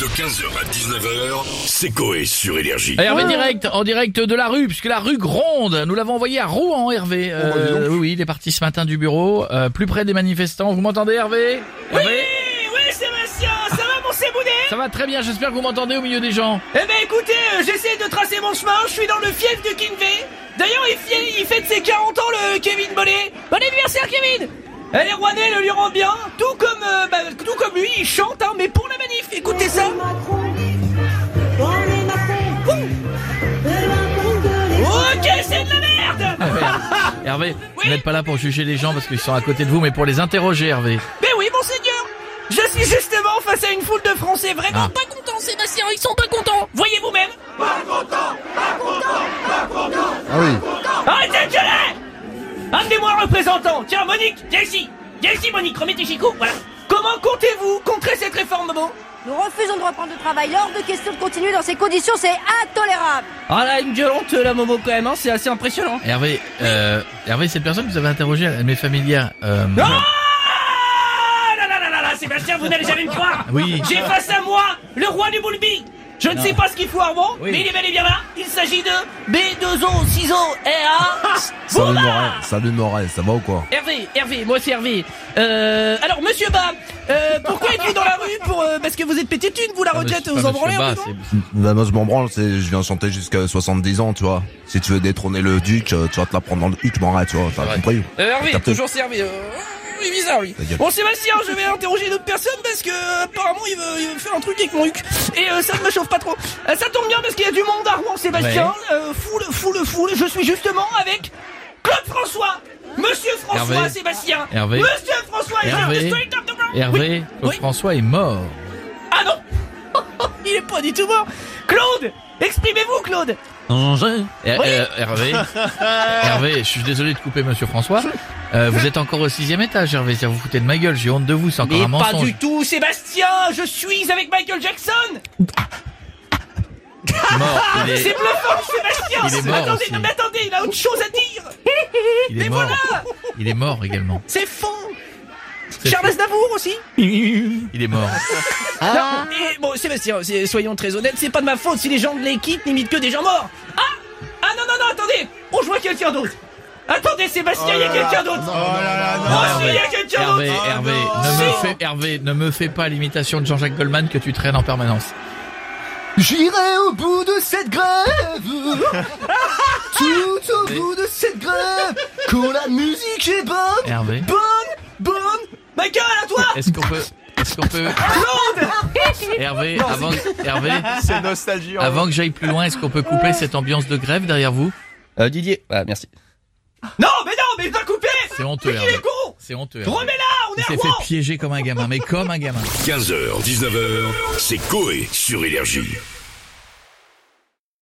De 15h à 19h, c'est Coé sur Énergie. Allez, Ah. Hervé Eh, direct, en direct de la rue, puisque la rue Gronde, nous l'avons envoyé à Rouen, Hervé. Oh, Euh, oui, oui, il est parti ce matin du bureau, euh, plus près des manifestants. Vous m'entendez, Hervé Oui, Hervé oui, Sébastien, ça va mon Séboudet Ça va très bien, j'espère que vous m'entendez au milieu des gens. Eh ben écoutez, euh, j'essaie de tracer mon chemin, je suis dans le fief de Kinvey. D'ailleurs, il, fie- il fête ses 40 ans, le Kevin Bollet. Bon anniversaire, Kevin Eh, les Rouennais le lui rendent bien, tout comme, euh, bah, tout comme lui, il chante, hein, mais pour la manif, écoutez ça Ok, c'est de la merde Hervé, Oui vous n'êtes pas là pour juger les gens parce qu'ils sont à côté de vous, mais pour les interroger, Hervé. Mais Ben oui, monseigneur Je suis justement face à une foule de Français vraiment Ah. pas contents, Sébastien, ils sont pas contents Voyez vous-même Arrêtez de gueuler Amenez-moi un représentant Tiens, Monique, viens ici Viens ici, Monique, remets tes chicots, voilà Comment comptez-vous contrer cette réforme, bon Nous refusons de reprendre le travail. Hors de question de continuer dans ces conditions, c'est intolérable. Ah là, une violente, la Momo, quand même, hein, c'est assez impressionnant Hervé, euh, Hervé, cette personne que vous avez interrogée, elle m'est familière. Euh, Ah là là là là là, Sébastien, vous n'allez jamais me croire Oui. J'ai face à moi le roi du boulbi Je ne sais pas ce qu'il faut avant, Oui. mais il est bel et bien là Il s'agit de B2O, CISO, Ah, RA Salut Morin, salut Morin, ça va ou quoi Hervé, Hervé, moi c'est Hervé. Euh, alors, monsieur Bas, euh, pourquoi êtes-vous dans la rue pour, euh, Parce que vous êtes pétitune, vous la ah, rejette, monsieur- vous ah, en branlez monsieur un peu, Bas, non c'est- Bah, Moi je m'en branle, c'est- je viens chanter jusqu'à 70 ans, tu vois. Si tu veux détrôner le duc, euh, tu vas te la prendre dans le huc, Morin, tu vois, vrai. t'as compris Euh, Hervé, Captain. toujours c'est Hervé. Euh, il est bizarre lui. Ta gueule. Bon Sébastien, je vais interroger d'autres personnes parce que euh, apparemment il veut, il veut faire un truc avec mon huc. Et euh, ça ne me chauffe pas trop. Euh, ça tombe bien parce qu'il y a du monde à Rouen Sébastien. Euh, foule, foule, foule. Je suis justement avec Claude François. Monsieur François Hervé. Sébastien. Hervé. Monsieur François. et Hervé. je- Ah, Straight up the ground. Hervé, Oui. Claude Oui. François est mort. Ah non Il est pas du tout mort Claude Exprimez-vous Claude Her- Oui. euh, Hervé, Hervé, je suis désolé de couper Monsieur François. Euh, vous êtes encore au sixième étage, Hervé. c'est-à-dire Vous vous foutez de ma gueule. J'ai honte de vous. C'est encore Mais un pas mensonge. du tout Sébastien Je suis avec Michael Jackson Mort. Il est, C'est bluffant Sébastien Il est mort Attendez, aussi. non, mais attendez, il a autre chose à dire il est Mais mort. voilà Il est mort également. C'est faux C'est- Charles Aznavour aussi Il est mort. Ah. Non, et bon Sébastien, c'est- soyons très honnêtes, c'est pas de ma faute si les gens de l'équipe n'imitent que des gens morts Ah Ah non, non, non, attendez On joue à quelqu'un d'autre Attendez Sébastien, il y a quelqu'un d'autre Oh, si, il y a quelqu'un d'autre Ah, Hervé, Hervé, ne me fais, Hervé, ne me fais pas l'imitation de Jean-Jacques Goldman que tu traînes en permanence. J'irai au bout de cette grève, tout au bout de cette grève, quand la musique est bonne, Hervé, bonne, bonne. Michael, à toi est-ce qu'on peut, est-ce qu'on peut, Hervé, avant, Hervé, C'est nostalgie. hein. avant que j'aille plus loin, est-ce qu'on peut couper cette ambiance de grève derrière vous Didier, ah, merci. Non, mais non, mais je dois couper C'est honteux, Il est Hervé. con C'est honteux. Hervé. Remets-la, on Il est à s'est Rouen fait piéger comme un gamin, mais comme un gamin. 15h, 19h, c'est Coé sur Énergie.